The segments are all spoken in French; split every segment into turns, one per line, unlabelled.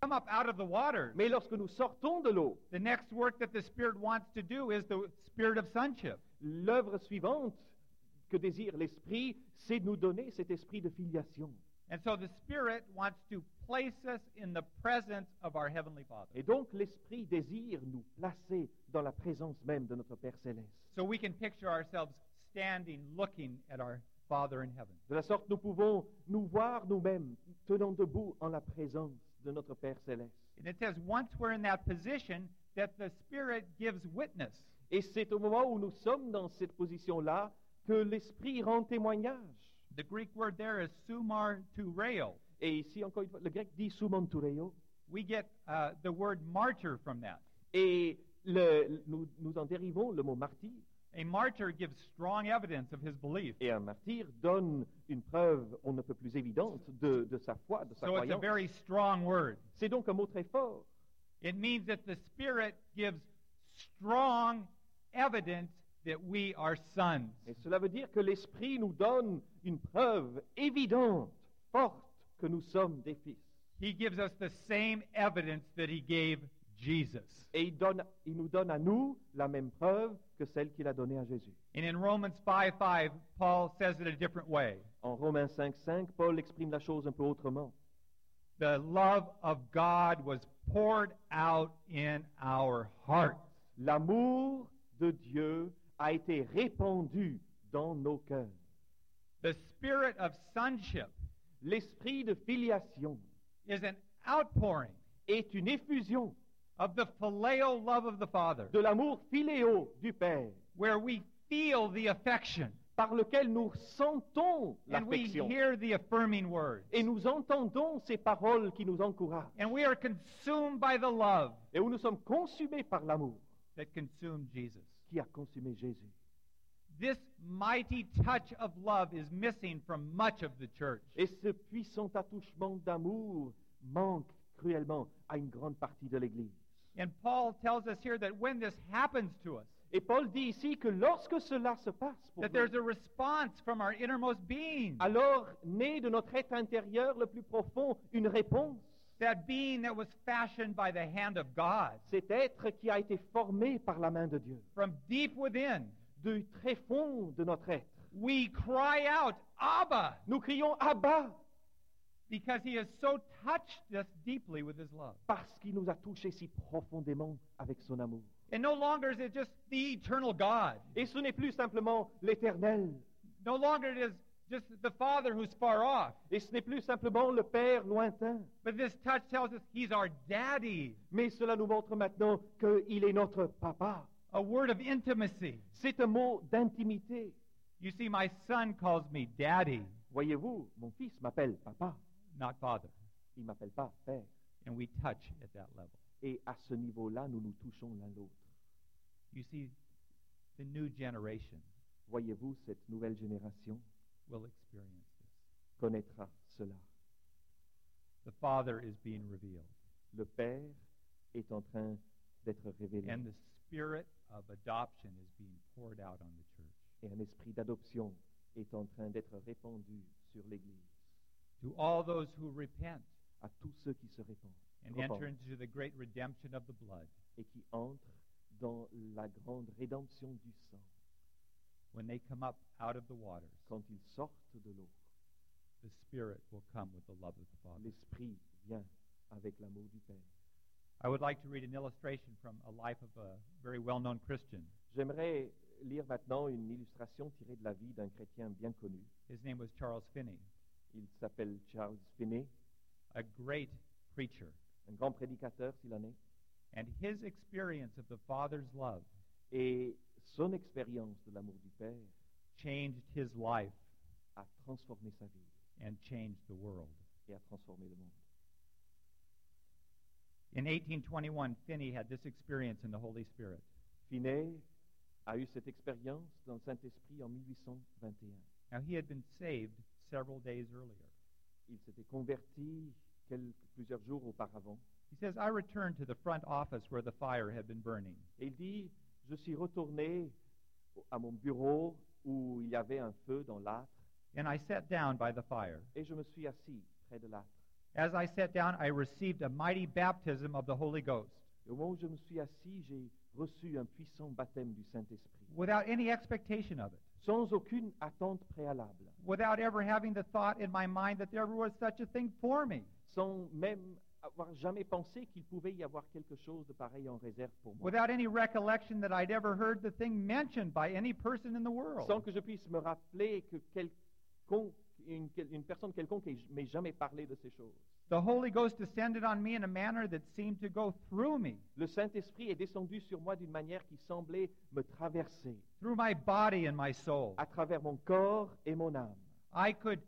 come up out of the water.
Mais lorsque nous sortons de l'eau,
The next work that the Spirit wants to do is the spirit of sonship.
l'œuvre suivante que désire l'Esprit, c'est de nous donner cet esprit de filiation.
And so the Spirit wants to place us in the presence of our Heavenly Father.
Et donc l'Esprit désire nous placer dans la présence même de notre Père céleste.
So we can picture ourselves standing, looking at our Father in heaven.
De la sorte, nous pouvons nous voir nous-mêmes tenant debout en la présence de notre Père céleste.
And it says, once we're in that position, that the Spirit gives witness.
Et c'est au moment où nous sommes dans cette position-là que l'Esprit rend témoignage.
The Greek word there is sumar to rail.
Et ici, encore une fois, le grec dit sumantureo.
We get uh, the word martyr from that.
Et le- nous, nous en dérivons le mot martyr.
A martyr gives strong evidence of his belief.
Et un martyr donne une preuve, on ne peut plus évidente, de, de sa foi, de sa
So it's a
croyance.
very strong word.
C'est donc un mot très fort.
It means that the Spirit gives strong evidence that we are sons.
Et cela veut dire que l'Esprit nous donne une preuve évidente, forte, que nous sommes des fils.
He gives us the same evidence that he gave Jesus.
Et il, donne, il nous donne à nous la même preuve que celle qu'il a donnée à Jésus.
And in Romans 5 5, Paul says it a different way.
En Romains 5, 5, Paul exprime la chose un peu autrement.
The love of God was poured out in our hearts.
L'amour de Dieu a été répandu dans nos cœurs.
The spirit of sonship
L'esprit de filiation
is an outpouring
est une effusion
of the phileo love of the Father,
de l'amour filéo du Père,
where we feel the affection
par lequel nous sentons
and we
l'affection
hear the affirming words.
et nous entendons ces paroles qui nous encouragent
And we are consumed by the love
et où nous sommes consumés par l'amour
that consumed Jesus.
qui a consumé Jésus.
This mighty touch of love is missing from much of the church.
Et ce puissant attouchement d'amour manque cruellement à une grande partie de l'Église.
And Paul tells us here that when this happens to us,
Et Paul dit ici que lorsque cela se passe pour
that
nous,
there's a response from our innermost being.
alors naît de notre être intérieur le plus profond une réponse.
That being that was fashioned by the hand of God
Cet être qui a été formé par la main de Dieu,
from deep within.
du très fond de notre être.
We cry out, Abba,
Nous crions Abba
because he has so touched us deeply with his love.
parce qu'il nous a touchés si profondément avec son amour.
And no longer is it just the eternal God.
Et ce n'est plus simplement l'éternel,
No longer it is just the Father who's far off.
et ce n'est plus simplement le Père lointain,
But this touch tells us he's our daddy,
mais cela nous montre maintenant qu'il est notre papa.
a word of intimacy.
C'est un mot d'intimité.
You see, my son calls me daddy,
Voyez-vous, mon fils m'appelle papa,
not father.
il m'appelle pas père.
And we touch at that level.
Et à ce niveau-là, nous nous touchons l'un l'autre.
You see, the new generation
Voyez-vous, cette nouvelle génération
will experience this.
connaîtra cela.
The Father is being revealed,
Le Père est en train d'être révélé.
and the Spirit of adoption is being poured out on the church.
et un esprit d'adoption est en train d'être répandu sur l'Église,
To all those who repent
à tous ceux qui se répandent
and
repentent
enter into the great redemption of the blood,
et qui entrent dans la grande rédemption du sang
when they come up out of the waters,
quand ils sortent de l'eau.
the Spirit will come with the love of the Father.
L'esprit vient avec l'amour du Père.
I would like to read an illustration from a life of a very well known Christian.
J'aimerais lire maintenant une illustration tirée de la vie d'un chrétien bien connu.
His name was Charles Finney,
Il s'appelle Charles Finney,
a great preacher.
un grand prédicateur s'il en est,
And his experience of the Father's love
et son expérience de l'amour du Père
changed his life
a transformé sa vie
and changed the world.
et a transformé le monde.
In 1821, Finney had this experience in the Holy Spirit.
Finney a eu cette expérience dans le Saint-Esprit en 1821.
Now, he had been saved several days earlier.
Il s'était converti quelques- plusieurs jours auparavant.
He says, I returned to the front office where the fire had been burning.
Et il dit, je suis retourné au- à mon bureau où il y avait un feu dans l'âtre
And I sat down by the fire.
et je me suis assis près de l'âtre.
As I sat down, I received a mighty baptism of the Holy Ghost.
Et au moment où je me suis assis, j'ai reçu un puissant baptême du Saint-Esprit,
without any expectation of it,
sans aucune attente préalable,
without ever having the thought in my mind that there was such a thing for me,
sans même avoir jamais pensé qu'il pouvait y avoir quelque chose de pareil en réserve pour moi,
without any recollection that I'd ever heard the thing mentioned by any person in the world.
sans que je puisse me rappeler que quelconque, une, quel- une personne quelconque ait- m'ait jamais parlé de ces choses.
The Holy Ghost descended on me in a manner that seemed to go through me,
Le Saint-Esprit est descendu sur moi d'une manière qui semblait me traverser,
through my body and my soul.
à travers mon corps et mon âme.
I could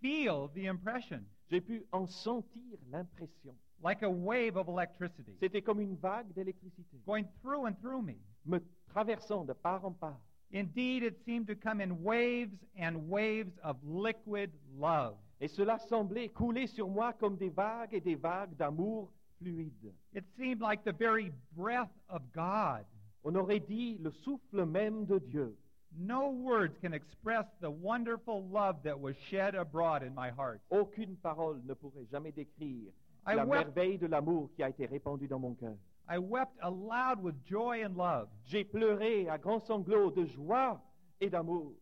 feel the impression
J'ai pu en sentir l'impression.
like a wave of electricity
C'était comme une vague d'électricité,
going through and through me.
me traversant de part en part.
Indeed, it seemed to come in waves and waves of liquid love.
Et cela semblait couler sur moi comme des vagues et des vagues d'amour fluide.
It seemed like the very breath of God.
On aurait dit le souffle même de Dieu.
No words can express the wonderful love that was shed abroad in my heart.
Aucune parole ne pourrait jamais décrire
I
la
wept.
merveille de l'amour qui a été répandu dans mon cœur.
I wept aloud with joy and love.
J'ai pleuré à grands sanglots de joie et d'amour.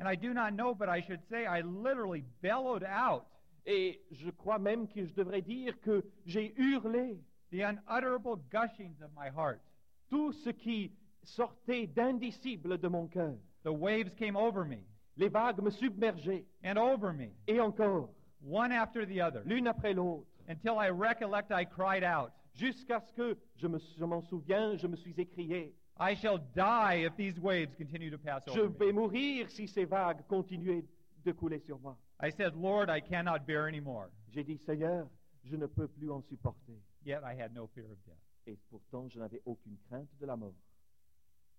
And I do not know, but I should say I literally bellowed out
Et je crois même que je devrais dire que j'ai hurlé
the unutterable gushings of my heart.
tout ce qui sortait d'indicible de mon cœur.
The waves came over me
Les vagues me submergeaient,
and over me,
et encore,
one after the other,
l'une après l'autre,
until I recollect I cried out,
jusqu'à ce que, je me- je m'en souviens, je me suis écrié,
I shall die if these waves continue to pass
je
over me.
vais mourir si ces vagues continuaient de couler sur moi.
I said, Lord, I cannot bear any more.
J'ai dit, Seigneur, je ne peux plus en supporter.
Yet I had no fear of death.
Et pourtant, je n'avais aucune crainte de la mort.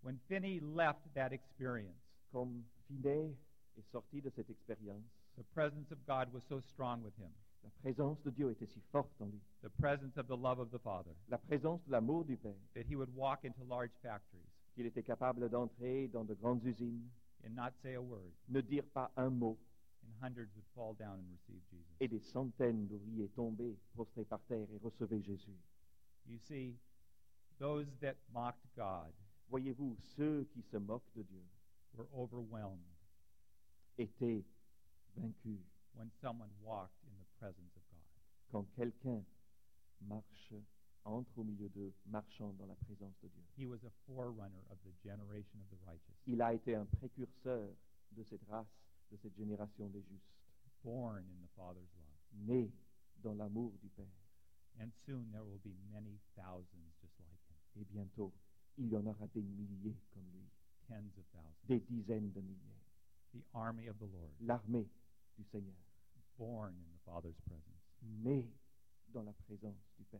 When Finney left that experience,
Comme Finet est sorti de cette expérience,
the presence of God was so strong with him,
la présence de Dieu était si forte en lui,
the presence of the love of the Father,
la présence de l'amour du Père,
that he would walk into large factories
qu'il était capable d'entrer dans de grandes usines,
and not say a word,
ne dire pas un mot,
and hundreds would fall down and receive Jesus.
et des centaines d'ouvriers tombaient, prostrés par terre, et recevaient Jésus.
You see, those that mocked God
Voyez-vous, ceux qui se moquent de Dieu
were overwhelmed
étaient vaincus
when someone walked in the presence of God.
quand quelqu'un marche, entre au milieu d'eux, marchant dans la présence de Dieu.
He was a forerunner of the generation of the righteous,
Il a été un précurseur de cette race, de cette génération des justes,
born in the Father's love.
né dans l'amour du Père.
And soon there will be many thousands just like him,
Et bientôt, il y en aura des milliers comme lui,
tens of thousands.
des dizaines de milliers.
The army of the Lord,
L'armée du Seigneur,
born in the Father's presence.
né dans la présence du Père.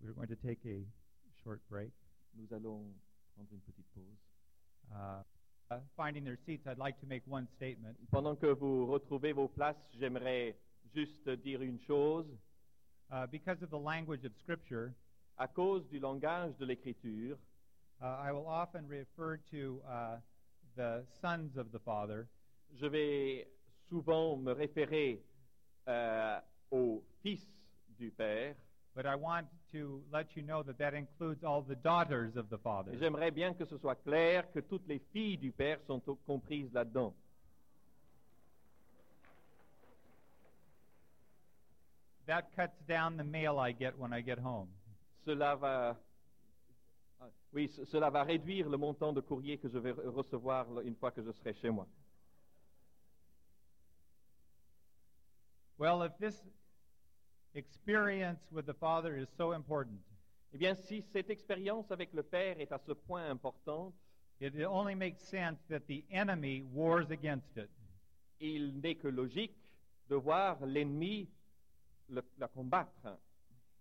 We're going to take a short break.
Nous allons prendre une petite pause.
Uh, uh, finding their seats, I'd like to make one statement.
Pendant que vous retrouvez vos places, j'aimerais juste dire une chose.
Uh, because of the language of Scripture,
À cause du langage de l'Écriture,
Uh, I will often refer to uh, the sons of the Father,
je vais souvent me référer euh, au Fils du Père.
but I want to let you know that that includes all the daughters of the Father.
Et J'aimerais bien que ce soit clair que toutes les filles du Père sont au- comprises là-dedans.
That cuts down the mail I get when I get home.
Cela va, ah, oui, ce- cela va réduire le montant de courrier que je vais re- recevoir le- une fois que je serai chez moi.
Well, if this experience with the Father is so important,
Eh bien, si cette expérience avec le Père est à ce point importante,
it it only makes sense that the enemy wars against it.
il n'est que logique de voir l'ennemi le- la combattre.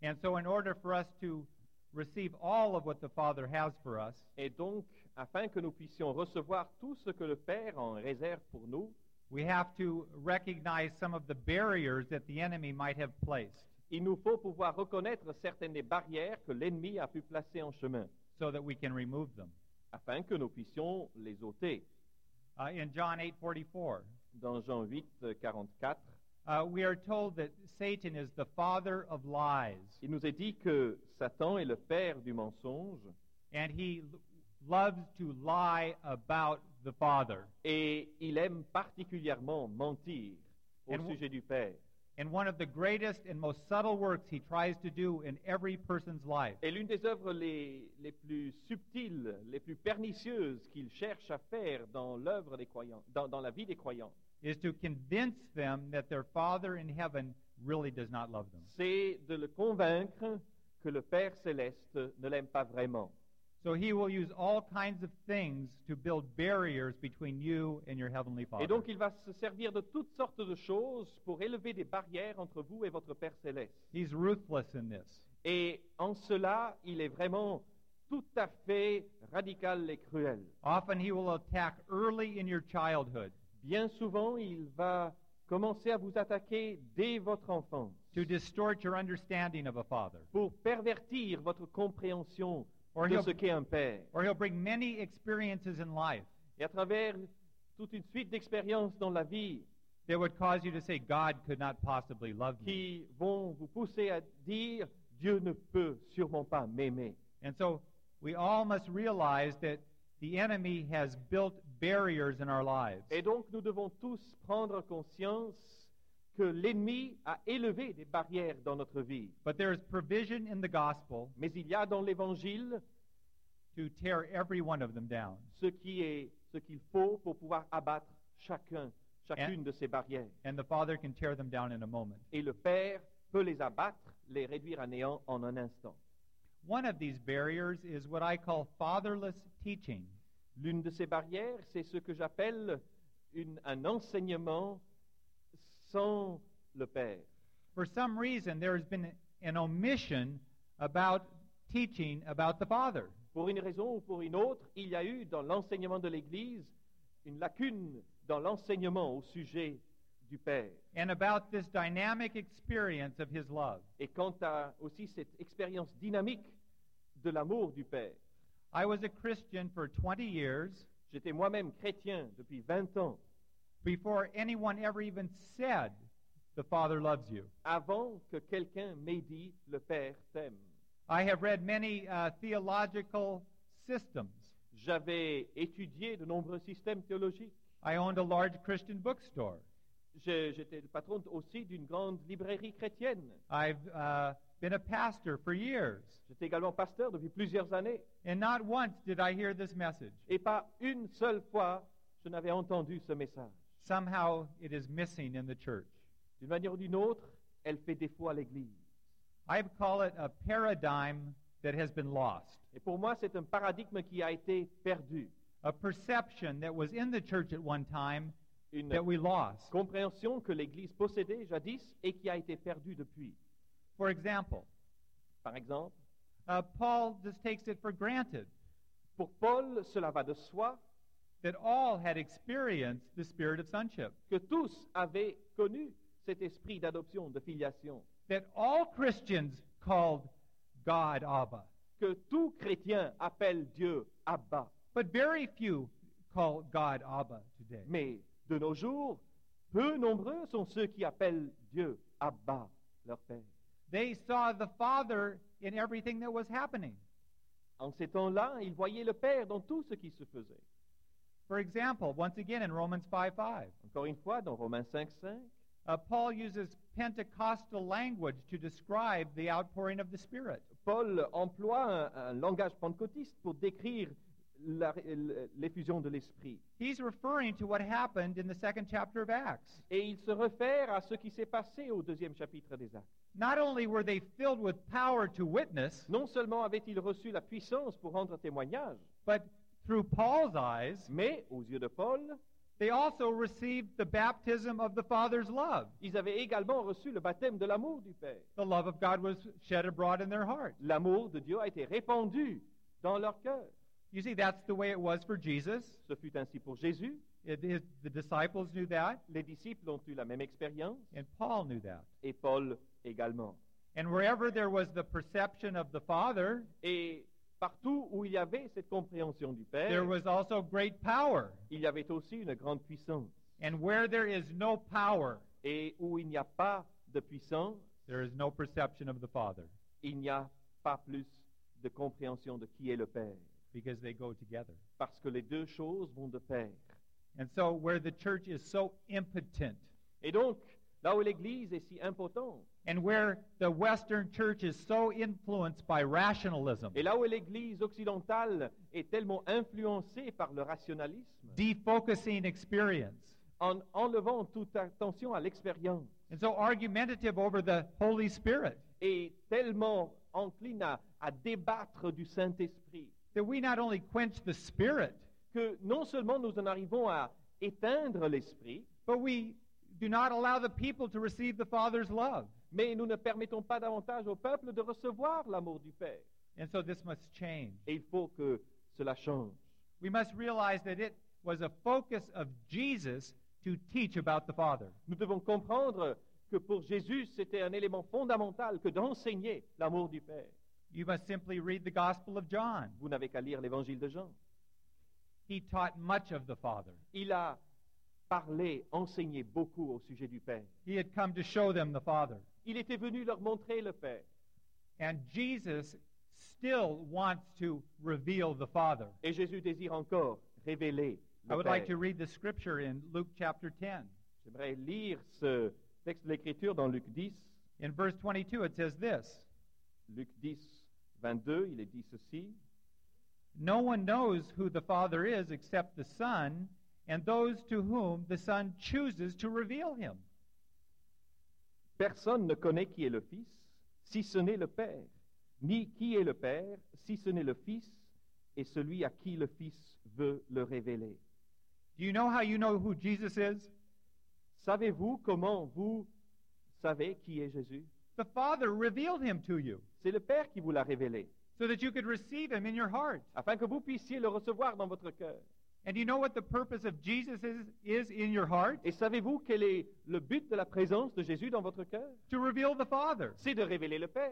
And so, in order for us to receive all of what the Father has for us,
Et donc, afin que nous puissions recevoir tout ce que le Père en réserve pour nous,
we have to recognize some of the barriers that the enemy might have placed.
il nous faut pouvoir reconnaître certaines des barrières que l'ennemi a pu placer en chemin,
so that we can remove them.
afin que nous puissions les ôter.
Uh, in John 8:44,
Dans Jean 8, euh, 44,
Uh, we are told that Satan is the father of lies,
il nous est dit que Satan est le père du mensonge
and he l- loves to lie about the Father.
et il aime particulièrement mentir au
Et moi-
sujet du père.
And one of the greatest and most subtle works he tries to do in every person's life
Et l'une des œuvres les, les plus subtiles, les plus pernicieuses qu'il cherche à faire dans l'œuvre des croyants, dans, dans la vie des croyants,
is to convince them that their Father in heaven really does not love them.
c'est de le convaincre que le Père céleste ne l'aime pas vraiment.
So he will use all kinds of things to build barriers between you and your heavenly Father.
Et donc il va se servir de toutes sortes de choses pour élever des barrières entre vous et votre Père céleste.
He's ruthless in this.
Et en cela, il est vraiment tout à fait radical et cruel.
Often he will attack early in your childhood
Bien souvent, il va commencer à vous attaquer dès votre enfance
to distort your understanding of a father.
pour pervertir votre compréhension
Or
de
he'll-
ce qu'est un père.
Or he'll bring many experiences in life
Et à travers toute une suite d'expériences dans la vie
that would cause you to say, God could not possibly love me.
qui vont vous pousser à dire Dieu ne peut sûrement pas m'aimer.
And so we all must realize that the enemy has built barriers in our lives.
Et donc nous devons tous prendre conscience que l'ennemi a élevé des barrières dans notre vie.
But there is provision in the gospel
Mais il y a dans l'Évangile
to tear every one of them down.
ce qui est ce qu'il faut pour pouvoir abattre chacun, chacune de ces barrières.
And the Father can tear them down in a moment.
Et le Père peut les abattre, les réduire à néant en un instant.
One of these barriers is what I call fatherless teaching.
L'une de ces barrières, c'est ce que j'appelle une- un enseignement sans le Père.
For some reason, there has been an omission about teaching about the Father.
Pour une raison ou pour une autre, il y a eu dans l'enseignement de l'Église une lacune dans l'enseignement au sujet du Père.
and about this dynamic experience of his love.
Et quant à aussi cette expérience dynamique de l'amour du Père.
I was a Christian for 20 years
J'étais moi-même chrétien depuis 20 ans,
before anyone ever even said, The Father loves you.
avant que quelqu'un m'ait dit le Père t'aime.
I have read many uh, theological systems.
J'avais étudié de nombreux systèmes théologiques.
I owned a large Christian bookstore.
Je- J'étais le patron aussi d'une grande librairie chrétienne.
I've uh, been a pastor for years.
J'étais également pasteur depuis plusieurs années.
And not once did I hear this message.
Et pas une seule fois, je n'avais entendu ce message.
Somehow it is missing in the church.
D'une manière ou d'une autre, elle fait défaut à l'Église.
I call it a paradigm that has been lost,
Et pour moi, c'est un paradigme qui a été perdu.
a perception that was in the church at one time
Une
that we lost.
compréhension que l'Église possédait jadis et qui a été perdue depuis.
For example,
Par exemple,
uh, Paul just takes it for granted
pour Paul, cela va de soi
that all had experienced the spirit of sonship,
que tous avaient connu cet esprit d'adoption, de filiation,
that all Christians called God Abba,
que tout chrétien appelle Dieu Abba.
but very few call God Abba today.
Mais de nos jours, peu nombreux sont ceux qui appellent Dieu Abba, leur Père.
They saw the Father in everything that was happening.
En ces temps-là, ils voyaient le Père dans tout ce qui se faisait.
For example, once again in Romans 5 5,
Encore une fois, dans Romains 5, 5,
uh, Paul uses Pentecostal language to describe the outpouring of the Spirit.
Paul emploie un, un langage pentecôtiste pour décrire la- l'effusion de l'Esprit.
He's referring to what happened in the second chapter of Acts.
Et il se réfère à ce qui s'est passé au deuxième chapitre des Actes.
Not only were they filled with power to witness,
Non seulement avait-il reçu la puissance pour rendre témoignage,
but through Paul's eyes,
mais aux yeux de Paul,
they also received the baptism of the Father's love.
ils avaient également reçu le baptême de l'amour du Père.
The love of God was shed abroad in their heart.
L'amour de Dieu a été répandu dans leur cœur.
You see, that's the way it was for Jesus.
Ce fut ainsi pour Jésus.
It, his, the disciples knew that,
Les disciples ont eu la même expérience
and Paul knew that.
et Paul également.
And wherever there was the perception of the Father,
Et partout où il y avait cette compréhension du Père,
there was also great power.
il y avait aussi une grande puissance.
And where there is no power,
Et où il n'y a pas de puissance,
there is no perception of the Father
il n'y a pas plus de compréhension de qui est le Père.
because they go together.
Parce que les deux choses vont de pair.
And so, where the church is so impotent
Et donc, là où l'Église est si importante,
and where the Western church is so influenced by rationalism,
et là où l'Église occidentale est tellement influencée par le rationalisme,
defocusing experience,
en enlevant toute attention à l'expérience,
and so argumentative over the Holy Spirit,
et tellement encline à, à débattre du Saint-Esprit,
that we not only quench the Spirit,
que non seulement nous en arrivons à éteindre l'Esprit,
but we do not allow the people to receive the Father's love.
mais nous ne permettons pas davantage au peuple de recevoir l'amour du Père.
And so, this must change.
Et il faut que cela change.
We must realize that it was a focus of Jesus to teach about the Father.
Nous devons comprendre que pour Jésus, c'était un élément fondamental que d'enseigner l'amour du Père.
You must simply read the Gospel of John.
Vous n'avez qu'à lire l'évangile de Jean.
He taught much of the Father.
Il a parlé, enseigné beaucoup au sujet du Père.
He had come to show them the Father.
Il était venu leur montrer le Père.
And Jesus still wants to reveal the Father.
Et Jésus désire encore révéler
I
le
would like
Père.
to read the scripture in Luke chapter 10.
J'aimerais lire ce texte de l'Écriture dans Luc 10.
In verse 22, it says this
Luc 10, 22, il est dit ceci.
No one knows who the Father is except the Son and those to whom the Son chooses to reveal him.
Personne ne connaît qui est le Fils, si ce n'est le Père, ni qui est le Père, si ce n'est le Fils, et celui à qui le Fils veut le révéler.
Do you know how you know who Jesus is?
Savez-vous comment vous savez qui est Jésus
The Father revealed him to you
C'est le Père qui vous l'a révélé,
so that you could receive him in your heart.
afin que vous puissiez le recevoir dans votre cœur.
And do you know what the purpose of Jesus is, is in your heart?
Et savez-vous quel est le but de la présence de Jésus dans votre cœur
To reveal the Father.
C'est de révéler le Père.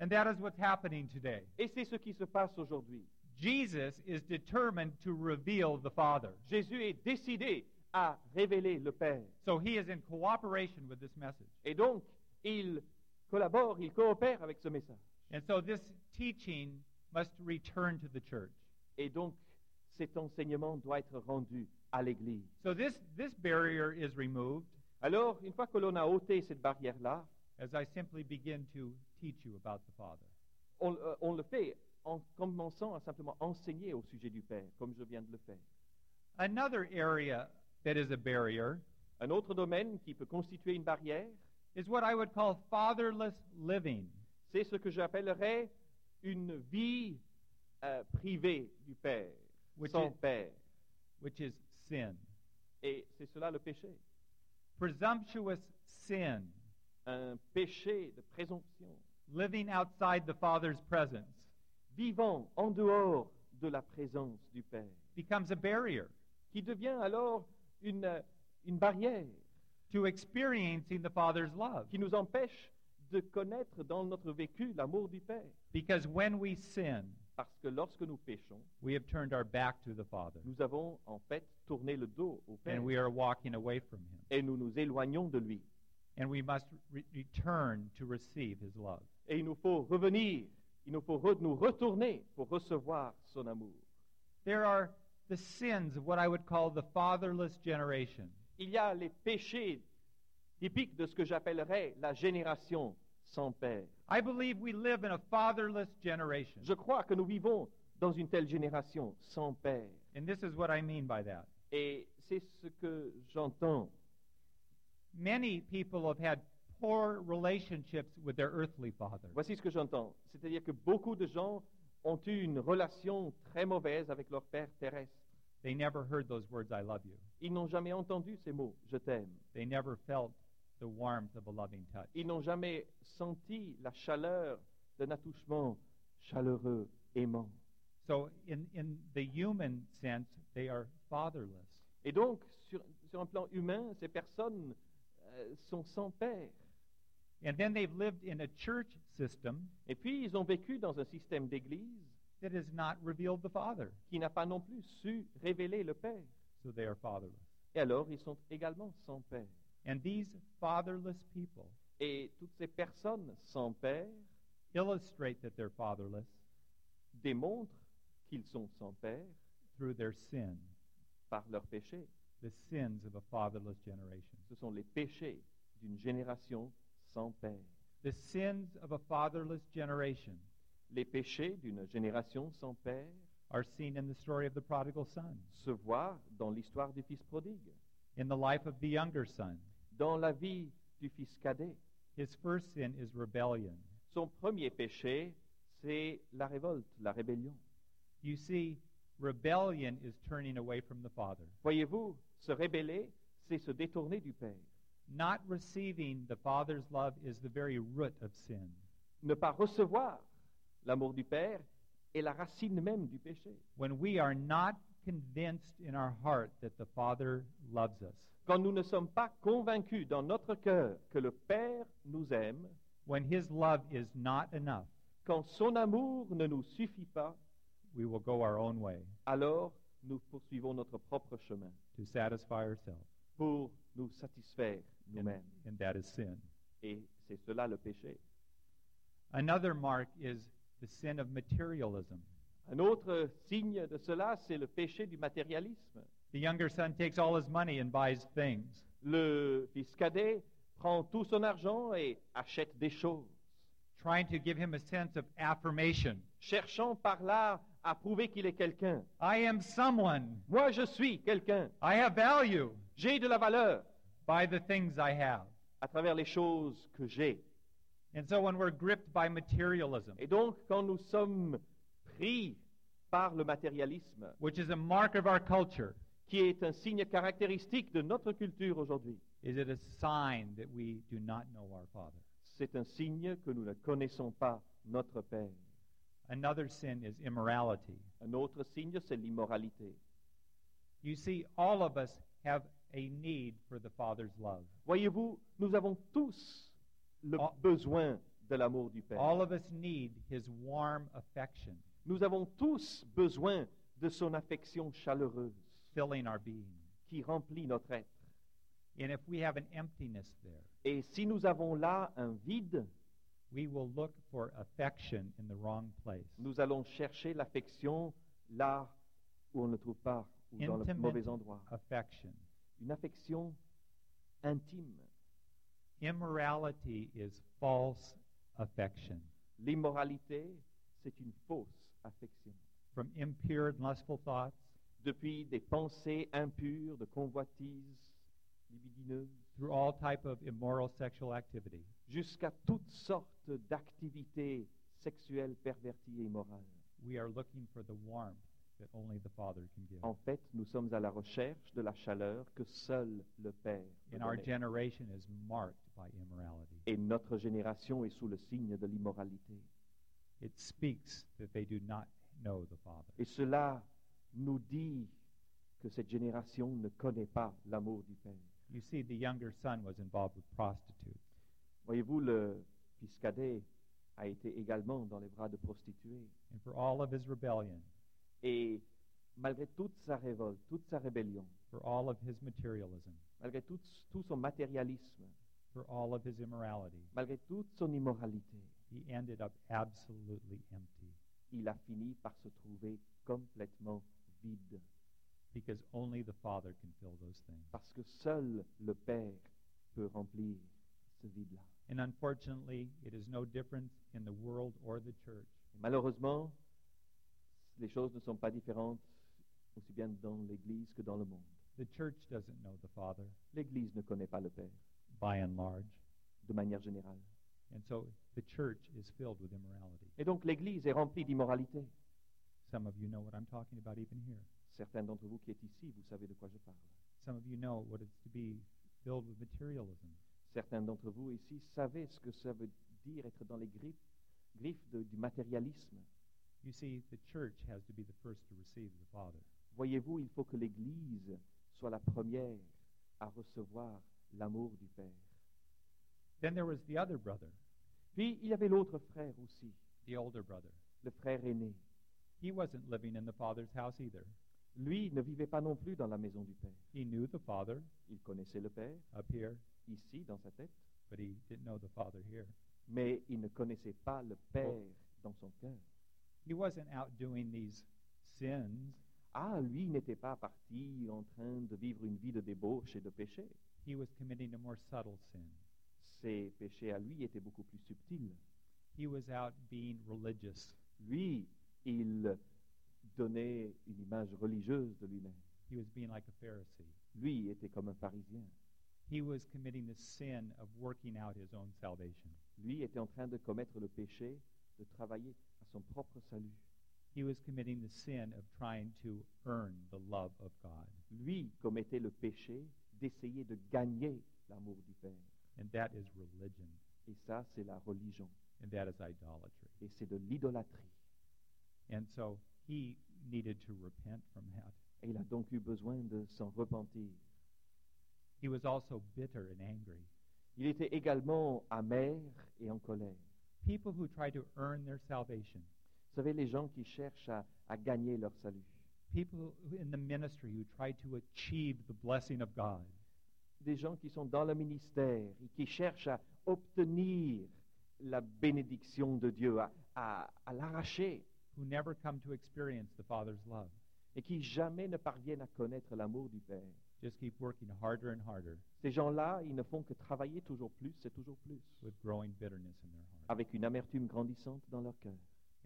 And that is what's happening today.
Et c'est ce qui se passe aujourd'hui.
Jesus is determined to reveal the Father.
Jésus est décidé à révéler le Père.
So he is in cooperation with this message.
Et donc, il collabore, il coopère avec ce message.
And so this teaching must return to the church.
Et donc, cet enseignement doit être rendu à l'Église.
So this, this barrier is removed
Alors, une fois que l'on a ôté cette barrière-là,
as I simply begin to teach you about the Father.
on, euh, on le fait en commençant à simplement enseigner au sujet du Père, comme je viens de le faire.
Another area that is a barrier
Un autre domaine qui peut constituer une barrière,
is what I would call fatherless living.
c'est ce que j'appellerais une vie euh, privée du Père,
Which
sans
is-
Père.
which is sin.
Et c'est cela le péché,
Presumptuous sin,
un péché de présomption,
living outside the Father's presence,
vivant en dehors de la présence du Père,
becomes a barrier
qui devient alors une, euh, une barrière
to experiencing the Father's love.
qui nous empêche de connaître dans notre vécu l'amour du Père.
Because when we sin,
Parce que lorsque nous péchons,
we have turned our back to the Father
nous avons en fait tourné le dos au Père
and we are walking away from Him.
et nous nous éloignons de lui.
And we must re- return to receive His love.
Et il nous faut revenir, il nous faut re- nous retourner pour recevoir son amour.
There are the sins of what I would call the fatherless generation.
Il y a les péchés typiques de ce que j'appellerais la génération sans Père.
I believe we live in a fatherless generation.
Je crois que nous vivons dans une telle génération sans Père.
And this is what I mean by that.
Et c'est ce que j'entends.
Many people have had poor relationships with their earthly father.
Voici ce que j'entends. C'est-à-dire que beaucoup de gens ont eu une relation très mauvaise avec leur père terrestre.
They never heard those words, I love you.
Ils n'ont jamais entendu ces mots, je t'aime.
They never felt the warmth of a loving touch.
Ils n'ont jamais senti la chaleur d'un attouchement chaleureux, aimant.
So, in, in the human sense, they are fatherless.
Et donc, sur, sur un plan humain, ces personnes euh, sont sans père.
And then they've lived in a church system
Et puis, ils ont vécu dans un système d'église
that has not revealed the Father.
qui n'a pas non plus su révéler le Père.
So, they are fatherless.
Et alors, ils sont également sans père.
And these fatherless people
Et toutes ces personnes sans père
illustrate that they're fatherless
démontrent qu'ils sont sans père
through their sin,
par leur péché.
the sins of a fatherless generation.
Ce sont les péchés d'une génération sans père.
The sins of a fatherless generation
Les péchés d'une génération sans père
are seen in the story of the prodigal son,
se voient dans l'histoire du fils prodigue,
in the life of the younger son.
dans la vie du fils cadet.
His first sin is rebellion.
Son premier péché, c'est la révolte, la rébellion.
You see, rebellion is turning away from the father,
Voyez-vous, se rébeller, c'est se détourner du Père.
not receiving the father's love is the very root of sin.
Ne pas recevoir l'amour du Père est la racine même du péché.
When we are not convinced in our heart that the father loves us,
Quand nous ne sommes pas convaincus dans notre cœur que le Père nous aime,
when his love is not enough,
quand son amour ne nous suffit pas,
we will go our own way
alors nous poursuivons notre propre chemin
to satisfy ourselves,
pour nous satisfaire
and,
nous-mêmes.
and that is sin.
Et c'est cela le péché.
Another mark is the sin of materialism.
Un autre signe de cela, c'est le péché du matérialisme.
The younger son takes all his money and buys things.
Le fils cadet prend tout son argent et achète des choses,
trying to give him a sense of affirmation.
cherchant par là à prouver qu'il est quelqu'un.
I am someone.
Moi, je suis quelqu'un.
I have value
J'ai de la valeur
by the things I have.
à travers les choses que j'ai.
And so when we're gripped by materialism,
Et donc, quand nous sommes pris par le matérialisme,
which is a mark of our culture,
qui est un signe caractéristique de notre culture aujourd'hui,
is it a sign that we do not know our Father?
c'est un signe que nous ne connaissons pas notre Père.
Another sin is immorality.
Un autre signe, c'est l'immoralité.
You see, all of us have a need for the Father's love.
Voyez-vous, nous avons tous le
Oh.
besoin de l'amour du Père.
All of us need His warm affection
Nous avons tous besoin de son affection chaleureuse
filling our being.
qui remplit notre être.
And if we have an emptiness there,
Et si nous avons là un vide,
we will look for affection in the wrong place.
nous allons chercher l'affection là où on ne trouve pas, ou dans le
Intimate
mauvais endroit.
affection.
Une affection intime.
Immorality is false affection.
L'immoralité, c'est une fausse affection.
From impure and lustful thoughts,
Depuis des pensées impures, de convoitises libidineuses,
through all type of immoral sexual activity,
jusqu'à toutes sortes d'activités sexuelles perverties et immorales.
we are looking for the warmth that only the Father can give.
En fait, nous sommes à la recherche de la chaleur que seul le Père peut
And our
donner.
generation is marked by immorality.
Et notre génération est sous le signe de l'immoralité.
It speaks that they do not know the Father.
Et cela nous dit que cette génération ne connaît pas l'amour du Père.
You see, the younger son was involved with prostitutes.
Voyez-vous, le fils cadet a été également dans les bras de prostituées.
And for all of his rebellion,
Et malgré toute sa révolte, toute sa rébellion,
for all of his materialism,
malgré tout, tout son matérialisme,
for all of his immorality,
malgré toute son immoralité,
he ended up absolutely empty
il a fini par se trouver complètement vide,
because only the Father can fill those things.
parce que seul le Père peut remplir ce vide-là.
And unfortunately, it is no different in the world or the church.
Et Malheureusement, les choses ne sont pas différentes aussi bien dans l'Église que dans le monde.
The church doesn't know the Father
L'Église ne connaît pas le Père,
by and large.
de manière générale.
And so the church is filled with immorality.
Et donc l'Église est remplie d'immoralité.
Some of you know what I'm talking about even here.
Certains d'entre vous qui êtes ici, vous savez de quoi je parle.
Some of you know what it's to be filled with materialism,
Certains d'entre vous ici savez ce que ça veut dire être dans les griffes, griffes de- du matérialisme.
You see, the church has to be the first to receive the Father.
Voyez-vous, il faut que l'Église soit la première à recevoir l'amour du Père.
Then there was the other brother,
Puis il y avait l'autre frère aussi,
the older brother.
le frère aîné.
He wasn't living in the Father's house either.
Lui ne vivait pas non plus dans la maison du Père.
He knew the Father
Il connaissait le Père,
up here,
ici, dans sa tête,
but he didn't know the Father here.
mais il ne connaissait pas le Père dans son cœur.
He wasn't out doing these sins.
Ah, lui n'était pas parti en train de vivre une vie de débauche et de péché.
He was committing a more subtle sin.
Ses péchés à lui étaient beaucoup plus subtils.
He was out being religious.
Lui, il donnait une image religieuse de lui-même.
He was being like a Pharisee.
Lui était comme un pharisien.
He was committing the sin of working out his own salvation.
Lui était en train de commettre le péché de travailler à son propre salut.
He was committing the sin of trying to earn the love of God.
Lui commettait le péché d'essayer de gagner l'amour du Père.
And that is religion.
Et ça, c'est la religion.
And that is idolatry.
Et c'est de l'idolâtrie.
And so he needed to repent from that.
Et il a donc eu besoin de s'en repentir.
He was also bitter and angry.
Il était également amer et en colère.
People who try to earn their salvation,
Vous savez, les gens qui cherchent à, à gagner leur salut.
people who- in the ministry who try to achieve the blessing of God,
Des gens qui sont dans le ministère et qui cherchent à obtenir la bénédiction de Dieu, à, à- à l'arracher,
who never come to experience the Father's love,
et qui jamais ne parviennent à connaître l'amour du Père.
just keep working harder and harder
Ces gens-là, ils ne font que travailler toujours plus et toujours plus,
with growing bitterness in their heart.
avec une amertume grandissante dans leur cœur.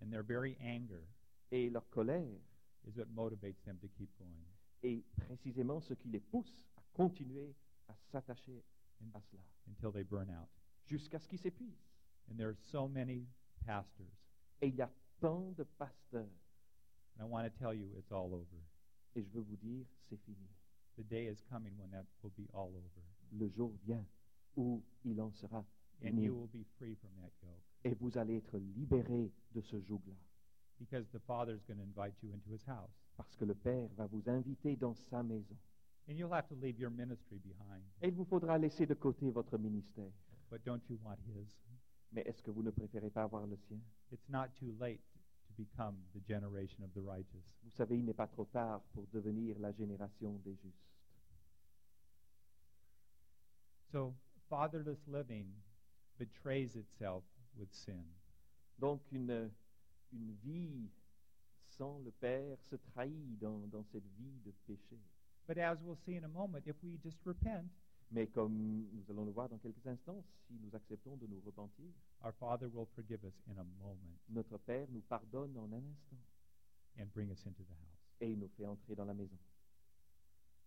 And their very anger
Et leur colère
is what motivates them to keep going.
est précisément ce qui les pousse à continuer à s'attacher à cela,
until they burn out.
jusqu'à ce qu'ils s'épuisent.
And there are so many pastors.
Et il y a tant de pasteurs,
And I want to tell you, it's all over.
et je veux vous dire, c'est fini.
The day is coming when that will be all over.
Le jour vient où il en sera
And
fini,
you will be free from that yoke.
et vous allez être libérés de ce joug-là,
Because the Father's going to invite you into his house.
parce que le Père va vous inviter dans sa maison.
And you'll have to leave your ministry behind.
Et il vous faudra laisser de côté votre ministère.
But don't you want his?
Mais est-ce que vous ne préférez pas avoir le sien
It's not too late to become the generation of the righteous.
Vous savez, il n'est pas trop tard pour devenir la génération des justes.
So, fatherless living betrays itself with sin.
Donc une, une vie sans le Père se trahit dans, dans cette vie de péché.
But as we'll see in a moment, if we just repent,
Mais comme nous allons le voir dans quelques instants, si nous acceptons de nous repentir,
our Father will forgive us in a moment.
notre Père nous pardonne en un instant
and bring us into the house.
et il nous fait entrer dans la maison.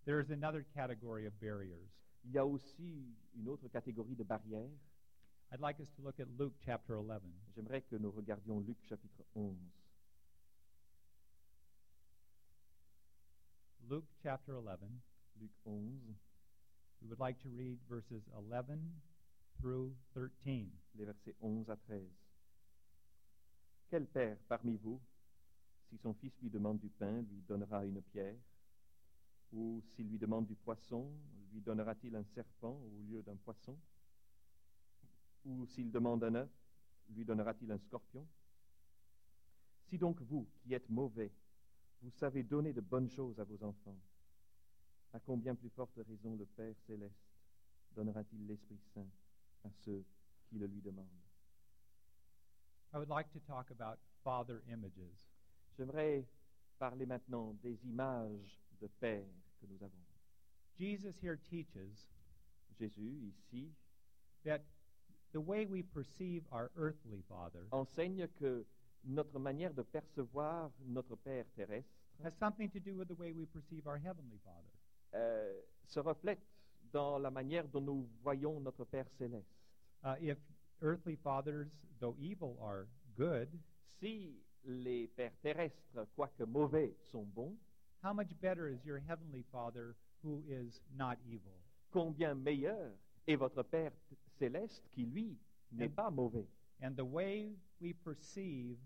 There is another category of barriers.
Il y a aussi une autre catégorie de barrières.
I'd like us to look at Luke chapter 11.
J'aimerais que nous regardions Luc chapitre 11.
Luke chapter 11.
Luc 11,
We would like to read verses 11 through 13.
les versets 11 à 13. Quel père parmi vous, si son fils lui demande du pain, lui donnera une pierre Ou s'il lui demande du poisson, lui donnera-t-il un serpent au lieu d'un poisson Ou s'il demande un œuf, lui donnera-t-il un scorpion Si donc vous, qui êtes mauvais, vous savez donner de bonnes choses à vos enfants, à combien plus forte raison le Père céleste donnera-t-il l'Esprit Saint à ceux qui le lui demande.
I would like to talk about father images.
J'aimerais parler maintenant des images de Père que nous avons.
Jesus here teaches
Jésus, ici,
that the way we perceive our earthly father
enseigne que notre manière de percevoir notre Père terrestre
has something to do with the way we perceive our heavenly father.
euh, se reflète dans la manière dont nous voyons notre Père céleste.
Uh, if earthly fathers, though evil, are good,
Si les pères terrestres, quoique mauvais, sont bons,
how much better is your heavenly father who is not evil?
combien meilleur est votre Père t- céleste qui, lui, n'est pas mauvais.
And the way we perceive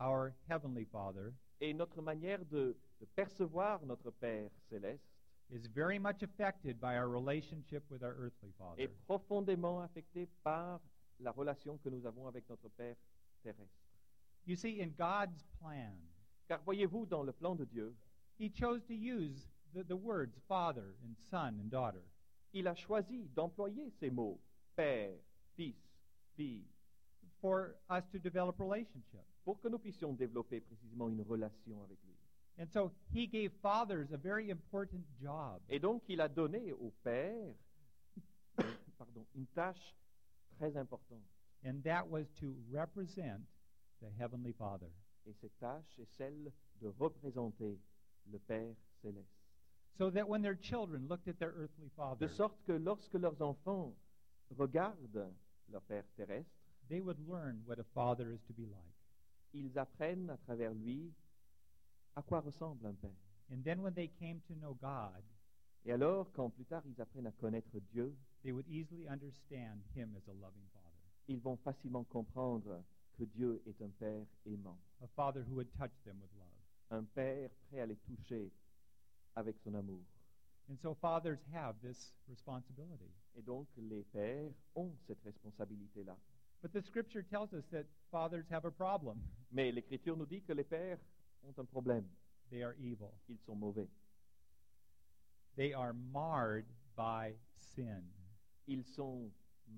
our Heavenly Father
Et notre manière de- de percevoir notre Père céleste
is very much affected by our relationship with our earthly Father.
est profondément affecté par la relation que nous avons avec notre Père terrestre.
You see, in God's plan,
Car voyez-vous, dans le plan de Dieu,
He chose to use the, the words father and son and daughter.
Il a choisi d'employer ces mots, Père, Fils, Fille,
for us to develop relationship.
pour que nous puissions développer précisément une relation avec lui.
And so he gave fathers a very important job.
Et donc, il a donné au Père euh, pardon, une tâche très importante.
and that was to represent the Heavenly Father.
Et cette tâche est celle de représenter le Père céleste.
So that when their children looked at their earthly
De
father,
sorte que lorsque leurs enfants regardent leur Père terrestre,
they would learn what a father is to be like.
ils apprennent à travers lui à quoi ressemble un Père.
And then when they came to know God,
Et alors, quand plus tard ils apprennent à connaître Dieu,
they would easily understand Him as a loving Father,
ils vont facilement comprendre que Dieu est un Père aimant,
a Father who would touch them with love.
un Père prêt à les toucher avec son amour.
And so fathers have this responsibility.
Et donc, les pères ont cette responsabilité-là.
But the scripture tells us that fathers have a problem.
Mais l'Écriture nous dit que les pères ont un problème.
They are evil.
Ils sont mauvais.
They are marred by sin.
Ils sont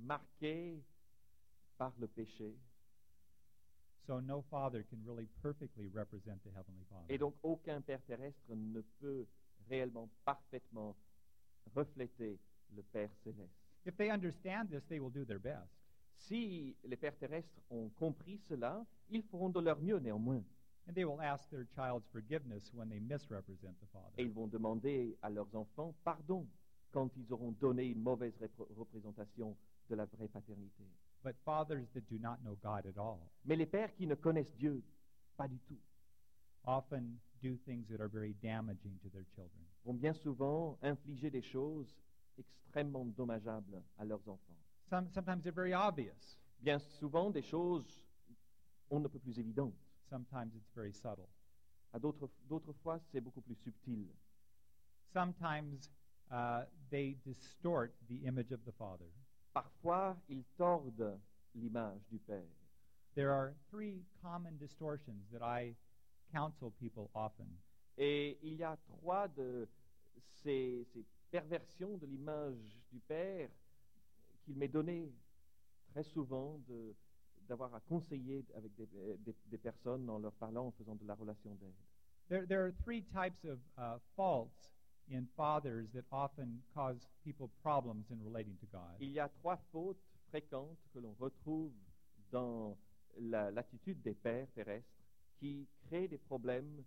marqués par le péché.
So no father can really perfectly represent the Heavenly Father.
Et donc, aucun père terrestre ne peut réellement, parfaitement refléter le Père céleste.
If they understand this, they will do their best.
Si les pères terrestres ont compris cela, ils feront de leur mieux néanmoins.
And they will ask their child's forgiveness when they misrepresent the
Et
Father.
ils vont demander à leurs enfants pardon quand ils auront donné une mauvaise repr- représentation de la vraie paternité.
But fathers that do not know God at all
Mais les pères qui ne connaissent Dieu pas du tout
often do things that are very damaging to their children.
vont bien souvent infliger des choses extrêmement dommageables à leurs enfants.
Some, sometimes they're very obvious,
Bien souvent des choses on ne peut plus évidentes.
sometimes it's very subtle.
À d'autres, d'autres fois, c'est beaucoup plus subtil.
Sometimes uh, they distort the image of the Father.
Parfois, ils tordent l'image du Père.
There are three common distortions that I counsel people often.
Et il y a trois de ces, ces perversions de l'image du Père qu'il m'est donné très souvent de- d'avoir à conseiller avec des, des- des personnes en leur parlant, en faisant de la relation d'aide.
There, there are three types of uh, faults in fathers that often cause people problems in relating to God.
Il y a trois fautes fréquentes que l'on retrouve dans la- l'attitude des pères terrestres qui créent des problèmes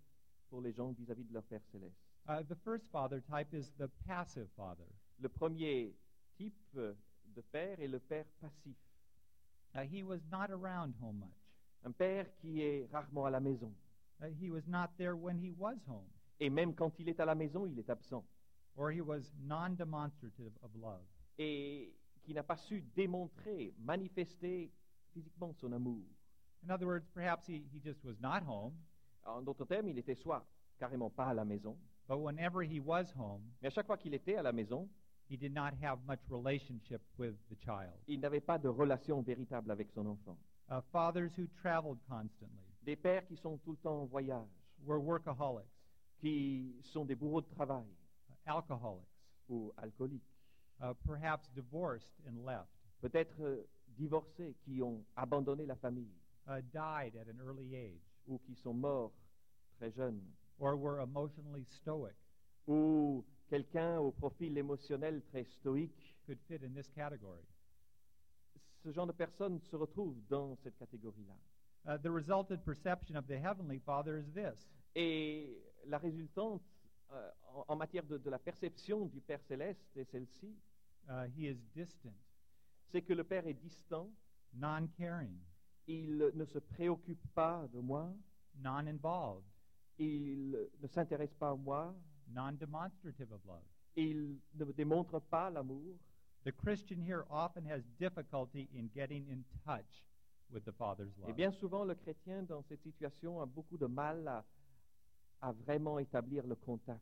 pour les gens vis-à-vis de leur Père céleste.
Uh, the first father type is the passive father.
Le premier type de père est le père passif,
Uh, he was not around home much.
un père qui est rarement à la maison.
Uh, he was not there when he was home,
Et même quand il est à la maison, il est absent.
or he was non demonstrative of love.
Et qui n'a pas su démontrer, manifester physiquement son amour.
In other words, perhaps he, he just was not home,
En d'autres termes, il était soit carrément pas à la maison,
but whenever he was home,
mais à chaque fois qu'il était à la maison,
he did not have much relationship with the child.
il n'avait pas de relation véritable avec son enfant.
Uh, fathers who traveled constantly
Des pères qui sont tout le temps en voyage,
were workaholics,
qui sont des bourreaux de travail
alcoholics,
ou alcooliques,
uh, perhaps divorced and left,
peut-être euh, divorcés, qui ont abandonné la famille
uh, died at an early age,
ou qui sont morts très jeunes,
or were emotionally stoic
ou quelqu'un au profil émotionnel très stoïque.
could fit in this category.
Ce genre de personnes se retrouvent dans cette catégorie-là.
Uh, the resultant perception of the Heavenly Father is this
Et la résultante euh, en, en matière de, de la perception du Père céleste est celle-ci,
uh, He is distant,
c'est que le Père est distant,
non caring,
il ne se préoccupe pas de moi,
non involved,
il ne s'intéresse pas à moi,
non demonstrative of love.
il ne me démontre pas l'amour.
The Christian here often has difficulty in getting in touch with the Father's
Et
love.
Eh bien souvent, le chrétien dans cette situation a beaucoup de mal à, à vraiment établir le contact